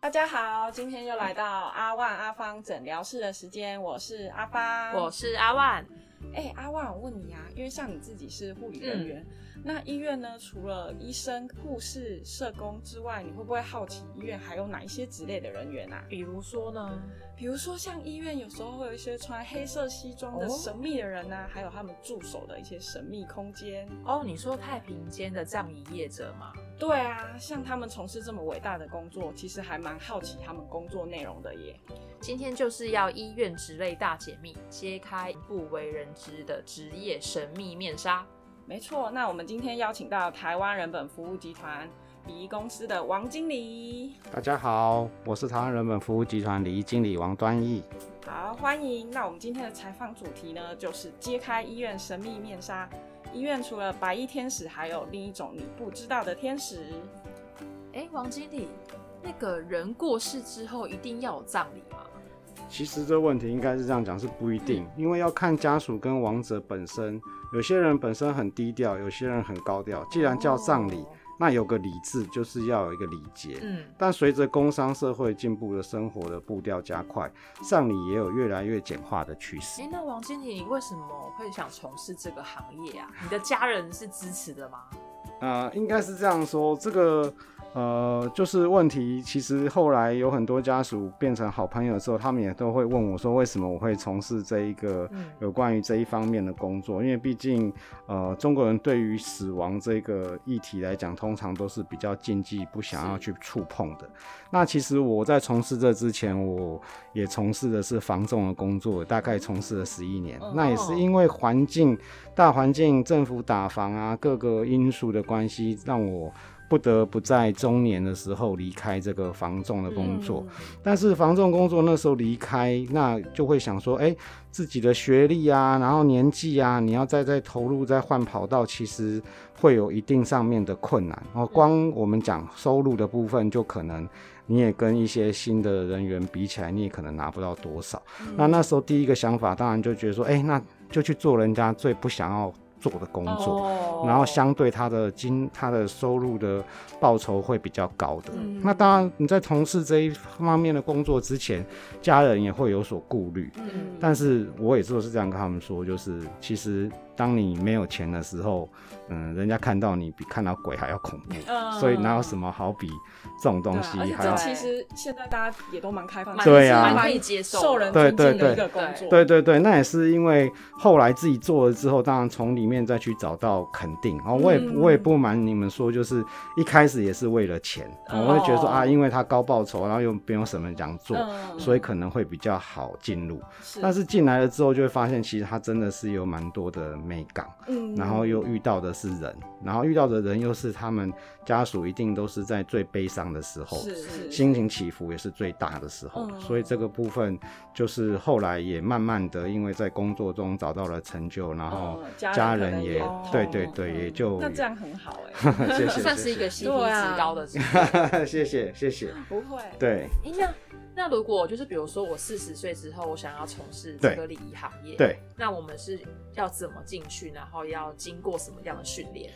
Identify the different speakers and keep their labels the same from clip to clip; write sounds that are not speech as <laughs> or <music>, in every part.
Speaker 1: 大家好，今天又来到阿万阿芳诊疗室的时间，我是阿芳。
Speaker 2: 我是阿万，
Speaker 1: 哎、阿万，我问你啊，因为像你自己是护理人员，
Speaker 2: 嗯
Speaker 1: 那医院呢，除了医生、护士、社工之外，你会不会好奇医院还有哪一些职类的人员啊？
Speaker 2: 比如说呢，
Speaker 1: 比如说像医院有时候会有一些穿黑色西装的
Speaker 2: 哦
Speaker 1: 神秘的人啊，还有他们驻守的一些神秘空间。
Speaker 2: 哦，你说太平间的葬仪业者吗？
Speaker 1: 对啊，像他们从事这么伟大的工作，其实还蛮好奇他们工作内容的耶。
Speaker 2: 今天就是要医院职类大解密，揭开不为人知的职业神秘面纱。
Speaker 1: 没错，那我们今天邀请到台湾人本服务集团礼仪公司的王经理，
Speaker 3: 大家好，我是台湾人本服务集团礼仪经理王端义。
Speaker 1: 好，欢迎。那我们今天的采访主题呢，就是揭开医院神秘面纱。医院除了白衣天使，还有另一种你不知道的天使。
Speaker 2: 哎，王经理，那个人过世之后一定要有葬礼吗？
Speaker 3: 其实这问题应该是这样讲，是不一定，因为要看家属跟亡者本身。有些人本身很低调，有些人很高调。既然叫葬礼，
Speaker 2: 哦
Speaker 3: 那有个礼字，就是要有一个礼节。
Speaker 2: 嗯，
Speaker 3: 但随着工商社会进步的生活的步调加快，葬礼也有越来越简化的趋势
Speaker 2: 哎，。那王经理，你为什么会想从事这个行业啊？你的家人是支持的吗？
Speaker 3: 呃，应该是这样说，这个呃，就是问题。其实后来有很多家属变成好朋友之后，他们也都会问我说，为什么我会从事这一个
Speaker 2: 嗯
Speaker 3: 有关于这一方面的工作？因为毕竟呃，中国人对于死亡这个议题来讲，通常都是比较禁忌，不想要
Speaker 2: 是
Speaker 3: 去触碰的。那其实我在从事这之前，我也从事的是防重的工作，大概从事了十一年。
Speaker 1: 哦
Speaker 3: 那也是因为环境、大环境、政府打房啊，各个因素的关系，让我不得不在中年的时候离开这个防重的工
Speaker 2: 嗯
Speaker 3: 作。但是防重工作那时候离开，那就会想说，哎、自己的学历啊，然后年纪啊，你要再再投入再换跑道，其实会有一定上面的困难。哦，光我们讲收入的部分，就可能你也跟一些新的人员比起来，你也可能拿不到多少。那那时候第一个想法，当然就觉得说，哎、那就去做人家最不想要做的工作。
Speaker 2: 哦
Speaker 3: 然后相对他的金，他的收入的报酬会比较高的。
Speaker 2: 嗯
Speaker 3: 那当然，你在从事这一方面的工作之前，家人也会有所顾虑。
Speaker 2: 嗯
Speaker 3: 但是我也就是这样跟他们说，就是其实当你没有钱的时候，嗯，人家看到你比看到鬼还要恐怖，
Speaker 1: 嗯
Speaker 3: 所以哪有什
Speaker 1: 么
Speaker 3: 么好比这种东西
Speaker 1: 对啊、
Speaker 3: 还
Speaker 1: 而
Speaker 3: 要
Speaker 1: 且这其实现在大家也都蛮开放，
Speaker 2: 蛮
Speaker 3: 对啊
Speaker 1: 蛮
Speaker 2: 蛮可以接受的
Speaker 1: 受人
Speaker 3: 对
Speaker 1: 尊敬的
Speaker 3: 对
Speaker 1: 一个工作。
Speaker 3: 对对对，那也是因为后来自己做了之后，当然从里面再去找到肯定。然、后我也、
Speaker 1: 嗯
Speaker 3: 我也不瞒你们说，就是一开始也是为了钱，
Speaker 1: 哦
Speaker 3: 我会觉得说啊，因为它高报酬，然后又没有什么讲做，
Speaker 1: 嗯
Speaker 3: 所以可能会比较好进入。
Speaker 1: 是
Speaker 3: 但是进来了之后，就会发现其实它真的是有蛮多的美感。
Speaker 1: 嗯
Speaker 3: 然后又遇到的是人，然后遇到的人又是他们家属，一定都是在最悲伤的时候，
Speaker 1: 是是
Speaker 3: 心情起伏也是最大的时候，
Speaker 1: 嗯
Speaker 3: 所以这个部分就是后来也慢慢的，因为在工作中找到了成就，然后
Speaker 1: 嗯
Speaker 3: 啊家
Speaker 1: 人可能
Speaker 3: 人也、
Speaker 1: 有同
Speaker 3: 对对对，
Speaker 1: 嗯
Speaker 3: 也就
Speaker 1: 那这样很好哎、
Speaker 3: <laughs> 谢谢，
Speaker 2: <laughs> 算是
Speaker 3: <laughs>
Speaker 2: 一个 CP
Speaker 1: 对啊
Speaker 2: 值高的职业。
Speaker 3: 谢谢谢谢，
Speaker 1: 不会，嗯 <laughs>
Speaker 3: 对
Speaker 2: 诶那那如果就是比如说我四十岁之后，我想要从事这个礼仪行业，，
Speaker 3: 对。
Speaker 2: 那我们是要怎么进去，然后要经过什么样的训练？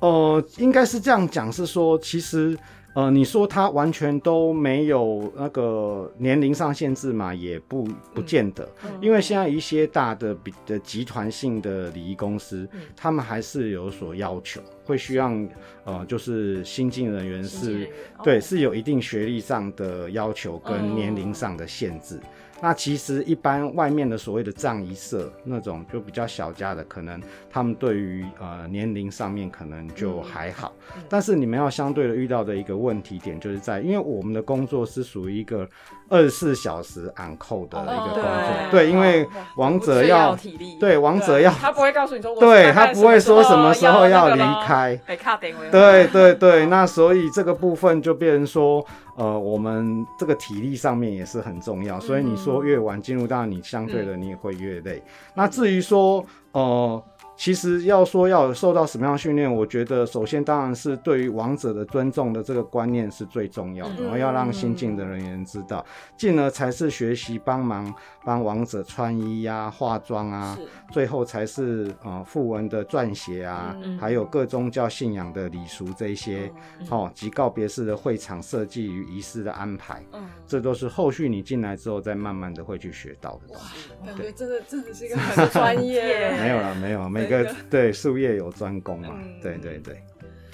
Speaker 3: 呃，应该是这样讲，是说其实呃，你说他完全都没有那个年龄上限制嘛，也不不见得，
Speaker 2: 嗯
Speaker 3: 因为现在一些大的比的集团性的礼仪公司，
Speaker 2: 嗯
Speaker 3: 他们还是有所要求，会需要呃，就是新进人员
Speaker 2: 新进人
Speaker 3: 是
Speaker 2: 员哦
Speaker 3: 对，是有一定学历上的要求跟年龄上的限制。那其实一般外面的所谓的葬仪社那种就比较小家的，可能他们对于呃年龄上面可能就还好。
Speaker 2: 嗯
Speaker 3: 但是你们要相对的遇到的一个问题点，就是在因为我们的工作是属于一个二十四小时 on call 的一个工作，
Speaker 2: 哦
Speaker 3: 对，因为
Speaker 1: 哇
Speaker 3: 王者
Speaker 2: 最
Speaker 3: 要
Speaker 2: 体力，
Speaker 3: 对王者要
Speaker 1: 他不会告诉你说我是
Speaker 3: 对
Speaker 1: 大概
Speaker 3: 他不会说什么时候
Speaker 1: 哦要那个
Speaker 3: 要离
Speaker 1: 咯，
Speaker 3: 开。
Speaker 2: 哎，卡点位，
Speaker 3: 对对对，那所以这个部分就变成说，呃，我们这个体力上面也是很重要，所以你说越晚进入到你相对的你也会越累。那至于说，呃。其实要说要有受到什么样的训练，我觉得首先当然是对于王者的尊重的这个观念是最重要的，
Speaker 2: 嗯
Speaker 3: 然后要让新进的人员知道，进而才是学习帮忙帮王者穿衣啊、化妆啊，
Speaker 2: 嗯
Speaker 1: 是
Speaker 3: 最后才是呃符文的撰写啊，
Speaker 1: 嗯
Speaker 3: 还有各宗教信仰的礼俗这一些，
Speaker 1: 嗯
Speaker 3: 哦及告别式的会场设计与仪式的安排，
Speaker 1: 嗯，
Speaker 3: 这都是后续你进来之后再慢慢的会去学到的东西。
Speaker 1: 感哎觉真的真的是一
Speaker 3: <laughs>
Speaker 1: 个很专业
Speaker 2: 对
Speaker 1: 的。
Speaker 3: 没有了，没有，每
Speaker 1: 真
Speaker 3: 个
Speaker 1: 的
Speaker 3: 对术业有专攻嘛，
Speaker 1: 嗯
Speaker 3: 对对对。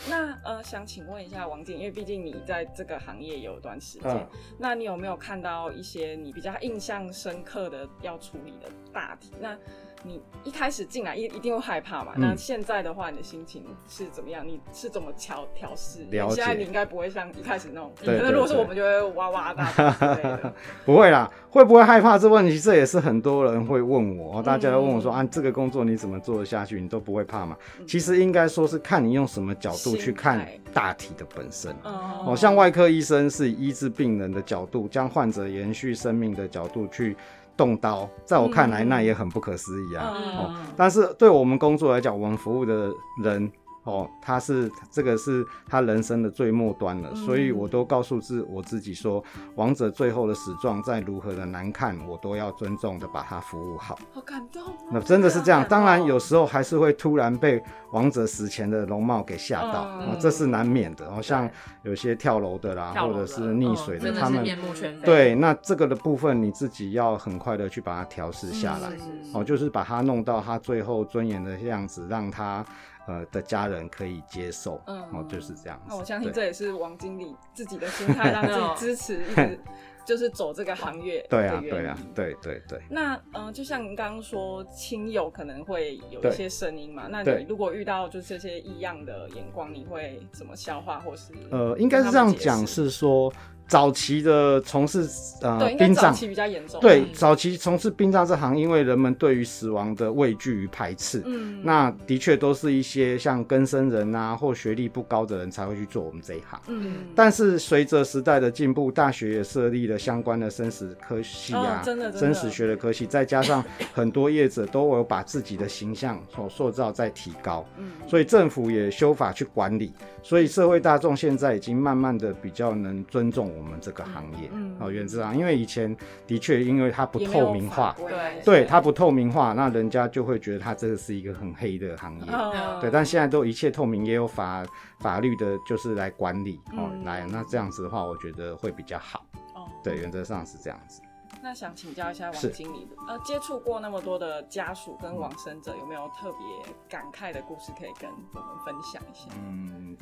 Speaker 1: 那呃，想请问一下王静，因为毕竟你在这个行业有一段时间，
Speaker 3: 嗯，
Speaker 1: 那你有没有看到一些你比较印象深刻的要处理的大题？那你一开始进来一一定会害怕嘛？
Speaker 3: 嗯
Speaker 1: 那现在的话，你的心情是怎么样？你是怎么调调试？因为
Speaker 3: 了解
Speaker 1: 现在你应该不会像一开始那种，
Speaker 3: 对
Speaker 1: 可能如果
Speaker 3: 对
Speaker 1: 是
Speaker 3: 对
Speaker 1: 我们就会哇哇大叫之类
Speaker 3: <laughs>
Speaker 1: 的。
Speaker 3: 不会啦，会不会害怕这问题？这也是很多人会问我，大家都问我说、
Speaker 1: 嗯
Speaker 3: 啊，这个工作你怎么做得下去？你都不会怕吗？
Speaker 1: 嗯
Speaker 3: 其实应该说是看你用什么角度去
Speaker 1: 心态
Speaker 3: 看大体的本身。
Speaker 1: 嗯
Speaker 3: 哦，像外科医生是以医治病人的角度，将患者延续生命的角度去动刀，在我看来，
Speaker 1: 嗯
Speaker 3: 那也很不可思议啊。
Speaker 1: 嗯
Speaker 3: 但是对我们工作来讲，我们服务的人哦，他是这个是他人生的最末端了，
Speaker 1: 嗯
Speaker 3: 所以我都告诉自我自己说，王者最后的死状再如何的难看，我都要尊重的把他服务好。
Speaker 1: 好感动哦，
Speaker 3: 那真的是这样，
Speaker 2: 这样
Speaker 3: 当
Speaker 2: 哦
Speaker 3: 然有时候还是会突然被王者死前的容貌给吓到，
Speaker 1: 嗯
Speaker 3: 哦这是难免的。哦，像
Speaker 2: 对
Speaker 3: 有些跳楼的啦，
Speaker 2: 跳楼
Speaker 3: 或
Speaker 2: 的
Speaker 3: 者是溺水
Speaker 2: 嗯真的
Speaker 3: 他
Speaker 2: 是
Speaker 3: 们
Speaker 2: 面目全非。
Speaker 3: 对，那这个的部分你自己要很快的去把它调试下来。
Speaker 2: 嗯
Speaker 3: 哦，就是把它弄到他最后尊严的样子，让他呃的家人可以接受，
Speaker 1: 嗯
Speaker 3: 哦，就是这样子。
Speaker 1: 那我相信
Speaker 3: 对
Speaker 1: 这也是王经理自己的心态，让
Speaker 3: <laughs>
Speaker 1: 自己支持一直就是走这个行业的
Speaker 3: 对啊
Speaker 1: 原，因。
Speaker 3: 对啊，对对对，
Speaker 1: 那嗯、呃就像您刚刚说，亲友可能会有
Speaker 3: 对
Speaker 1: 一些声音嘛。那
Speaker 3: 对
Speaker 1: 你如果遇到就是这些异样的眼光，你会怎么消化，或是
Speaker 3: 呃，应该是这样讲，是说早期的从事呃
Speaker 1: 对，应该
Speaker 3: 殡
Speaker 1: 早
Speaker 3: 葬。
Speaker 1: 期比较严重。
Speaker 3: 对
Speaker 2: 嗯，
Speaker 3: 早期从事殡葬这行，因为人们对于死亡的畏惧与排斥，
Speaker 1: 嗯，
Speaker 3: 那的确都是一些像更生人啊或学历不高的人才会去做我们这一行。
Speaker 1: 嗯，
Speaker 3: 但是随着时代的进步，大学也设立了相关的生死科系啊，
Speaker 1: 哦真的真的
Speaker 3: 生死学的科系，再加上很多业者都有把自己的形象所塑造在提高，
Speaker 1: 嗯
Speaker 3: 所以政府也修法去管理，所以社会大众现在已经慢慢的比较能尊重我们这个行业
Speaker 1: 嗯
Speaker 3: 哦，原则上，因为以前的确因为它不
Speaker 1: 也没有
Speaker 3: 透明化
Speaker 1: 法，规
Speaker 2: 对
Speaker 3: 对它不透明化，那人家就会觉得它这个是一个很黑的行业，
Speaker 1: 嗯
Speaker 3: 对，但现在都一切透明，也有法法律的，就是来管理哦，
Speaker 1: 嗯
Speaker 3: 来那这样子的话，我觉得会比较好。
Speaker 1: 哦
Speaker 3: 对，原则上是这样子。
Speaker 1: 那想请教一下
Speaker 3: 是
Speaker 1: 王经理，呃，接触过那么多的家属跟往生者，有没有特别感慨的故事可以跟我们分享一下？
Speaker 3: 嗯，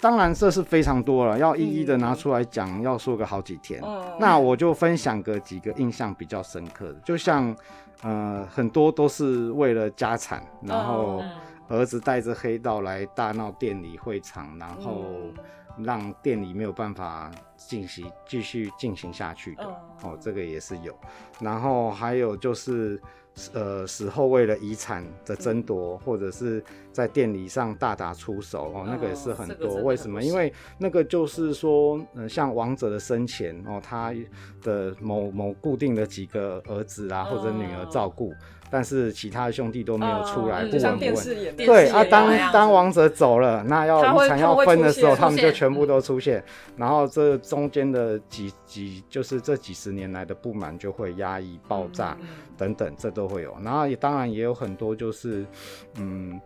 Speaker 3: 当然这是非常多了，要一一的拿出来讲，要说个好几天。
Speaker 1: 嗯
Speaker 3: 那我就分享个几个印象比较深刻的，就像呃，很多都是为了家产，然后
Speaker 1: 嗯
Speaker 3: 儿子带着黑道来大闹店里会场，然后
Speaker 1: 嗯
Speaker 3: 让店里没有办法进行继续进行下去的。
Speaker 1: 嗯
Speaker 3: 哦，这个也是有。然后还有就是，呃，死后为了遗产的争夺，或者是在店里上大打出手，哦，那个也是
Speaker 2: 哦
Speaker 3: 很
Speaker 2: 这个
Speaker 3: 多。
Speaker 2: 真的
Speaker 3: 为
Speaker 2: 很
Speaker 3: 什
Speaker 2: 不
Speaker 3: 么？
Speaker 2: 行
Speaker 3: 因为那个就是说，呃，像王者的生前，哦，他的某某固定的几个儿子啊或者女儿
Speaker 1: 哦
Speaker 3: 照顾，但是其他的兄弟都没有出来，
Speaker 2: 哦
Speaker 1: 嗯
Speaker 3: 不
Speaker 1: 就像
Speaker 3: 闻
Speaker 1: 电
Speaker 3: 不问。
Speaker 1: 视演的
Speaker 2: 电视
Speaker 3: 对
Speaker 2: 也
Speaker 3: 啊，
Speaker 2: 有那
Speaker 3: 当
Speaker 2: 样
Speaker 3: 当
Speaker 2: 子
Speaker 3: 王者走了，那
Speaker 1: 他
Speaker 3: 要
Speaker 1: 会
Speaker 3: 遗产
Speaker 1: 他
Speaker 3: 要
Speaker 1: 会
Speaker 3: 分
Speaker 1: 出
Speaker 3: 的时候，
Speaker 1: 现
Speaker 3: 他们
Speaker 2: 出
Speaker 3: 就
Speaker 2: 现
Speaker 3: 全部都出现。然后这中间的几几，就是这几十年来的不满就会压抑、爆炸、
Speaker 2: 嗯
Speaker 3: 等等，这都会有。然后也当然也有很多就是，嗯。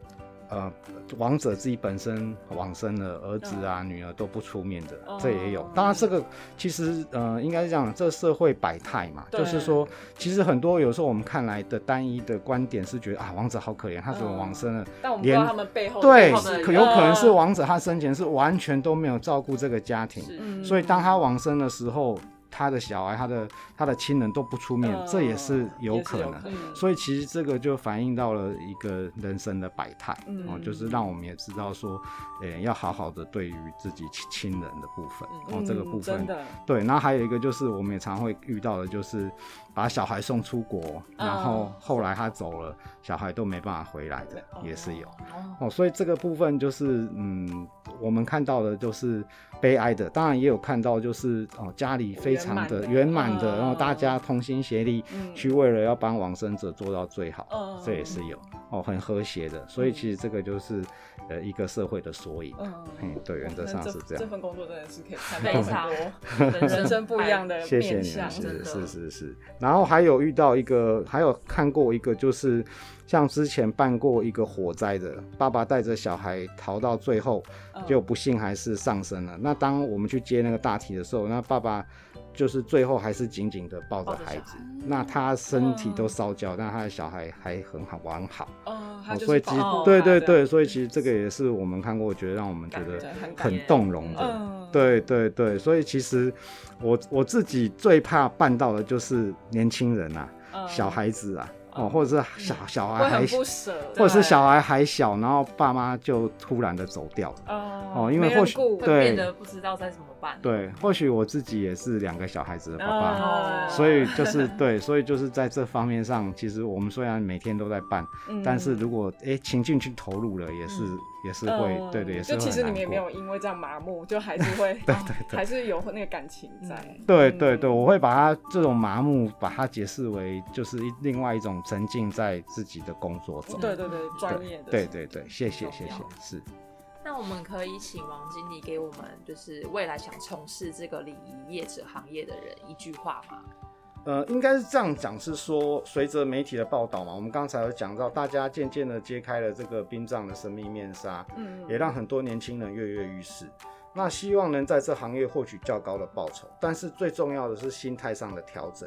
Speaker 3: 呃，王者自己本身往生了，儿子啊、女儿都不出面的，这也有
Speaker 1: 嗯哦。
Speaker 3: 当然，这个其实呃，应该是这样，这社会百态嘛，
Speaker 1: 对
Speaker 3: 就是说，其实很多有时候我们看来的单一的观点是觉得啊，王者好可怜，他怎么往生了？
Speaker 1: 但我们不知道
Speaker 3: 连
Speaker 1: 他们哦背哦后的
Speaker 3: 对
Speaker 1: 故事，
Speaker 3: 可有可能是王者他生前是完全都没有照顾这个家庭，
Speaker 1: 嗯
Speaker 3: 所以当他往生的时候，他的小孩、他的他的亲人都不出面，
Speaker 1: 嗯
Speaker 3: 这也是有
Speaker 1: 也是
Speaker 3: 可
Speaker 1: 有
Speaker 3: 能。
Speaker 1: 可能
Speaker 3: 所以其实这个就反映到了一个人生的百态、哦，
Speaker 1: 嗯
Speaker 3: 就是让我们也知道说，呃、要好好的对于自己亲亲人的部分，哦，这个部分
Speaker 1: 嗯真的
Speaker 3: 对，然后还有一个就是我们也常会遇到的，就是把小孩送出国，
Speaker 1: 嗯
Speaker 3: 然后后来他走了，小孩都没办法回来的
Speaker 1: 哦
Speaker 3: 也是有。
Speaker 2: 哦
Speaker 3: 哦，所以这个部分就是，嗯，我们看到的就是悲哀的，当然也有看到就是哦，家里非常的
Speaker 1: 圆
Speaker 3: 圆
Speaker 1: 满
Speaker 3: 满
Speaker 1: 的
Speaker 3: 的，然后大家同心协力
Speaker 1: 嗯
Speaker 3: 去为了要帮往生者做到最好，
Speaker 1: 嗯
Speaker 3: 这也是有哦，很和谐的。所以其实这个就是呃一个社会的缩影。
Speaker 1: 嗯
Speaker 3: 嗯对原则上是这
Speaker 1: 这
Speaker 3: 样
Speaker 1: 份工作真的是可以看
Speaker 2: 非
Speaker 1: 到
Speaker 2: 常
Speaker 1: 很多
Speaker 2: 人
Speaker 1: 人生不一样
Speaker 2: 的。
Speaker 1: 的
Speaker 3: 谢谢
Speaker 1: 面
Speaker 3: 你
Speaker 1: 向
Speaker 3: 们，，
Speaker 1: 真
Speaker 3: 是
Speaker 1: 的
Speaker 3: 是是是。然后还有遇到一个，还有看过一个，就是像之前办过一个火灾的，爸爸带着小孩逃到最后，
Speaker 1: 嗯
Speaker 3: 就不幸还是上升了。那当我们去接那个大体的时候，那爸爸就是最后还是紧紧的抱着
Speaker 2: 抱着小
Speaker 3: 孩子
Speaker 2: 孩，
Speaker 3: 那他身体都
Speaker 1: 嗯
Speaker 3: 烧焦，但他的小孩还很好完好。
Speaker 1: 哦，他
Speaker 3: 哦
Speaker 1: 就是
Speaker 3: 所以其
Speaker 1: 保
Speaker 3: 实
Speaker 1: 护
Speaker 3: 对
Speaker 1: 他
Speaker 3: 对
Speaker 1: 这
Speaker 3: 对，
Speaker 1: 样
Speaker 3: 所以其实这个也是我们看过，觉得让我们觉
Speaker 2: 感
Speaker 3: 得
Speaker 1: 对很感
Speaker 3: 很
Speaker 1: 人
Speaker 3: 动容的。
Speaker 1: 嗯，
Speaker 3: 对对对，所以其实我我自己最怕办到的就是年轻人啊，
Speaker 1: 嗯
Speaker 3: 小孩子啊，哦，
Speaker 1: 嗯
Speaker 3: 或者是小小
Speaker 1: 会
Speaker 3: 孩还
Speaker 1: 很，不舍，
Speaker 3: 或者是
Speaker 1: 对
Speaker 3: 小孩还小，然后爸妈就突然的走掉了。
Speaker 1: 哦
Speaker 3: 哦因为
Speaker 1: 没人
Speaker 3: 或许
Speaker 1: 顾
Speaker 2: 会
Speaker 3: 对
Speaker 2: 变得不知道该怎么办。
Speaker 3: 对，或许我自己也是两个小孩子的爸爸，
Speaker 1: 嗯
Speaker 3: 所以
Speaker 1: <laughs>
Speaker 3: 就是对，所以就是在这方面上，其实我们虽然每天都在办，但是
Speaker 1: 嗯
Speaker 3: 如果哎情境去投入了，也是
Speaker 2: 嗯
Speaker 3: 也是会
Speaker 1: 嗯
Speaker 3: 对的，也是
Speaker 1: 就
Speaker 3: 会
Speaker 1: 其实你
Speaker 3: 很
Speaker 1: 们也
Speaker 3: 难
Speaker 1: 没
Speaker 3: 过。
Speaker 1: 有因为这样麻木，就还是会对对还是有那个感情在。
Speaker 3: 对
Speaker 1: 嗯
Speaker 3: 对对，我会把它这种麻木，把它解释为就是一另外一种沉浸在自己的工作中。
Speaker 1: 对对对，专业的
Speaker 3: 对对对，谢谢
Speaker 2: 重
Speaker 3: 谢谢
Speaker 2: 要，
Speaker 3: 是
Speaker 2: 那我们可以请王经理给我们，就是未来想从事这个礼仪业者行业的人一句话吗？
Speaker 3: 呃，应该是这样讲，是说随着媒体的报道嘛，我们刚才有讲到，大家渐渐的揭开了这个殡葬的神秘面纱，
Speaker 1: 嗯
Speaker 3: 也让很多年轻人跃跃欲试。那希望能在这行业获取较高的报酬，但是最重要的是心态上的调整。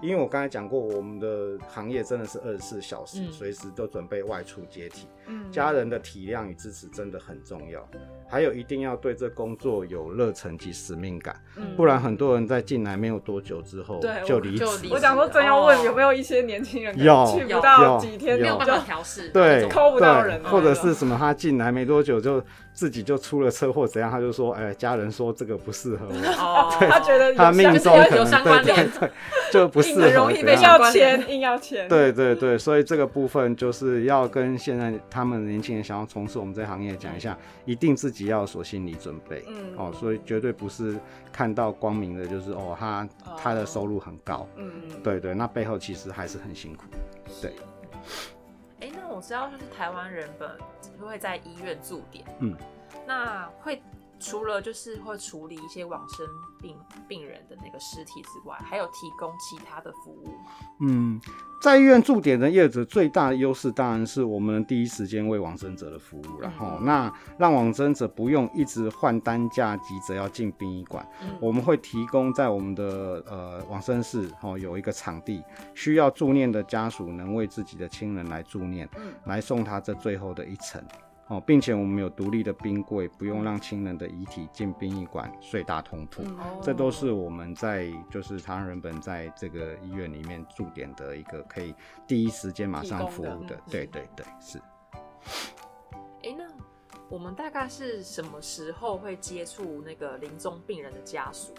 Speaker 3: 因为我刚才讲过，我们的行业真的是二十四小时，
Speaker 2: 嗯
Speaker 3: 随、时都准备外出接替。
Speaker 1: 嗯
Speaker 3: 家人的体谅与支持真的很重要，还有一定要对这工作有热忱及使命感，
Speaker 1: 嗯
Speaker 3: 不然很多人在进来没有多久之后
Speaker 1: 对
Speaker 3: 就
Speaker 1: 我
Speaker 3: 离职
Speaker 2: 就
Speaker 3: 了。
Speaker 2: 离
Speaker 1: 我想说，真要问有没有一些年轻人可能
Speaker 3: 有
Speaker 1: 去
Speaker 2: 有
Speaker 1: 不到
Speaker 3: 有
Speaker 1: 几天
Speaker 3: 有
Speaker 2: 哦没有
Speaker 1: 就
Speaker 2: 办法
Speaker 3: <laughs>
Speaker 2: 调试，
Speaker 3: 对，
Speaker 1: 扣不到
Speaker 3: 对
Speaker 1: 人的啊
Speaker 3: 或者
Speaker 1: 那种
Speaker 3: 是什么，他进来没多久就自己就出了车祸，怎样，他就说，哎，家人说这个不适合
Speaker 1: <laughs>
Speaker 3: 我，
Speaker 2: 哦
Speaker 1: 他觉得有
Speaker 3: 他
Speaker 1: 相
Speaker 3: 命
Speaker 1: 就是
Speaker 3: 中可能
Speaker 2: 有相关
Speaker 3: 对
Speaker 2: 联
Speaker 3: 对对，
Speaker 1: <laughs>
Speaker 3: 就不适合，
Speaker 2: 很容易被
Speaker 3: 怎
Speaker 1: 硬
Speaker 3: 样
Speaker 2: 相
Speaker 1: 要
Speaker 2: 关
Speaker 1: 签，硬要签，
Speaker 3: 对对对，所以这个部分就是要跟现在他们年轻人想要从事我们这行业讲一下，一定自己要有所心理准备。
Speaker 1: 嗯
Speaker 3: 哦，所以绝对不是看到光明的，就是哦，他他的收入很高。
Speaker 1: 嗯，
Speaker 3: 对对，那背后其实还是很辛苦。对，
Speaker 2: 哎、那我知道，就是台湾人本就会在医院驻点，
Speaker 3: 嗯，
Speaker 2: 那会除了就是会处理一些往生病病人的那个尸体之外，还有提供其他的服务吗？
Speaker 3: 嗯，在医院驻点的业者最大的优势当然是我们第一时间为往生者的服务了
Speaker 2: 嗯
Speaker 3: 哈、那让往生者不用一直换担架、急着要进殡仪馆，
Speaker 2: 嗯
Speaker 3: 我们会提供在我们的呃往生室哦有一个场地，需要助念的家属能为自己的亲人来助念，
Speaker 1: 嗯
Speaker 3: 来送他这最后的一程。哦，并且我们有独立的冰柜，不用让亲人的遗体进殡仪馆，睡大通铺。
Speaker 1: 嗯
Speaker 3: 这都是我们在就是台湾人本在这个医院里面驻点的一个可以第一时间马上服务
Speaker 1: 提供
Speaker 3: 的
Speaker 1: 的，
Speaker 2: 嗯
Speaker 3: 对对对，是。
Speaker 2: 哎、那我们大概是什么时候会接触那个临终病人的家属？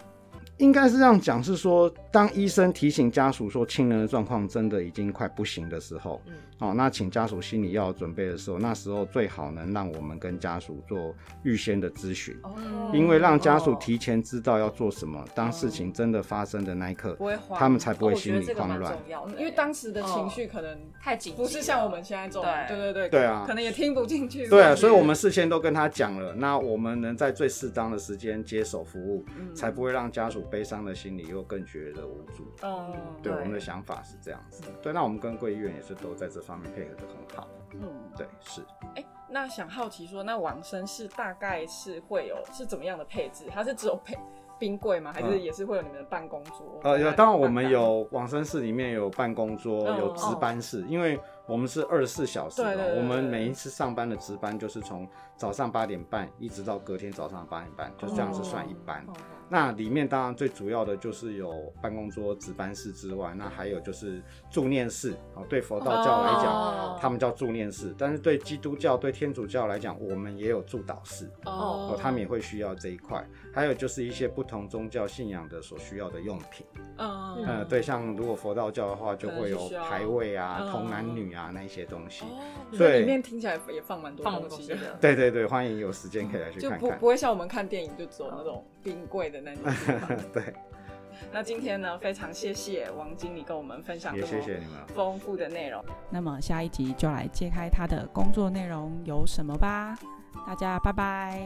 Speaker 3: 应该是这样讲，是说当医生提醒家属说亲人的状况真的已经快不行的时候，
Speaker 2: 嗯，
Speaker 3: 哦，那请家属心里要有准备的时候，那时候最好能让我们跟家属做预先的咨询，
Speaker 1: 哦
Speaker 3: 因为让家属
Speaker 2: 哦
Speaker 3: 提前知道要做什么，当事情真的发生的那一刻
Speaker 1: 不，会慌，
Speaker 3: 他们才不会
Speaker 2: 哦我觉
Speaker 3: 心
Speaker 2: 得
Speaker 3: 里
Speaker 2: 这个
Speaker 3: 慌
Speaker 2: 蛮
Speaker 3: 乱。
Speaker 2: 重要的
Speaker 1: 嗯
Speaker 2: 欸
Speaker 1: 因为当时的情绪可能
Speaker 2: 太紧急了，
Speaker 1: 不是像我们现在这种，对
Speaker 2: 对
Speaker 1: 对对，
Speaker 3: 对啊
Speaker 1: 可能也听不进去，
Speaker 3: 对
Speaker 1: 或
Speaker 3: 啊，
Speaker 1: 者是
Speaker 3: 所以我们事先都跟他讲了，那我们能在最适当的时间接手服务，
Speaker 1: 嗯
Speaker 3: 才不会让家属悲伤的心理又更觉得无助。
Speaker 1: 嗯，
Speaker 3: 对，
Speaker 2: 对
Speaker 3: 我们的想法是这样子。对，那我们跟贵医院也是都在这方面配合的很好。
Speaker 1: 嗯，
Speaker 3: 对，是。
Speaker 1: 哎，那想好奇说，那往生室大概是会有是怎么样的配置？它是只有配冰柜吗？还是也是会有你们的办公桌？
Speaker 3: 嗯呃，有，
Speaker 1: 办
Speaker 3: 当然我们。
Speaker 1: 办
Speaker 3: 有往生室里面有办公桌，
Speaker 1: 嗯
Speaker 3: 有值班室，因为我们是二十四小时
Speaker 1: 对嗯对
Speaker 3: 的，
Speaker 1: 对
Speaker 3: 我们
Speaker 1: 对
Speaker 3: 每一次上班的值班就是从早上八点半一直到隔天早上八点半，就这样子算一班。
Speaker 2: 哦
Speaker 3: 那里面当然最主要的就是有办公桌、值班室之外，那还有就是助念室哦。对佛道教来讲，
Speaker 2: 哦
Speaker 3: 他们叫助念室，但是对基督教、对天主教来讲，我们也有助导室
Speaker 1: 哦
Speaker 3: 哦，他们也会需要这一块。还有就是一些不同宗教信仰的所需要的用品，
Speaker 1: 嗯
Speaker 3: 呃，对，像如果佛道教的话，就会有
Speaker 1: 可能是需要
Speaker 3: 牌位啊、
Speaker 1: 嗯
Speaker 3: 童男女啊那一些东西。
Speaker 1: 哦，
Speaker 3: 对
Speaker 1: 所以里面听起来也放蛮多
Speaker 2: 放
Speaker 1: 东
Speaker 2: 东西
Speaker 1: 西的，
Speaker 2: 的，
Speaker 3: 对对对，欢迎有时间可以来去
Speaker 1: 就
Speaker 3: 看
Speaker 1: 不
Speaker 4: <laughs>
Speaker 3: 看
Speaker 1: 不。会像我们看电影就走那种冰柜的那种地方。
Speaker 3: <laughs> 对，
Speaker 5: 那今天呢，非常谢谢王经理跟我们分享
Speaker 3: 也
Speaker 5: 这
Speaker 3: 谢
Speaker 5: 么
Speaker 3: 谢你们。
Speaker 5: 丰富的内容。
Speaker 4: 那么下一集就来揭开他的工作内容有什么吧。大家拜拜。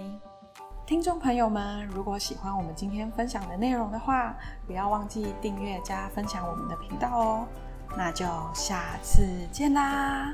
Speaker 1: 听众朋友们，如果喜欢我们今天分享的内容的话，不要忘记订阅加分享我们的频道哦。那就下次见啦！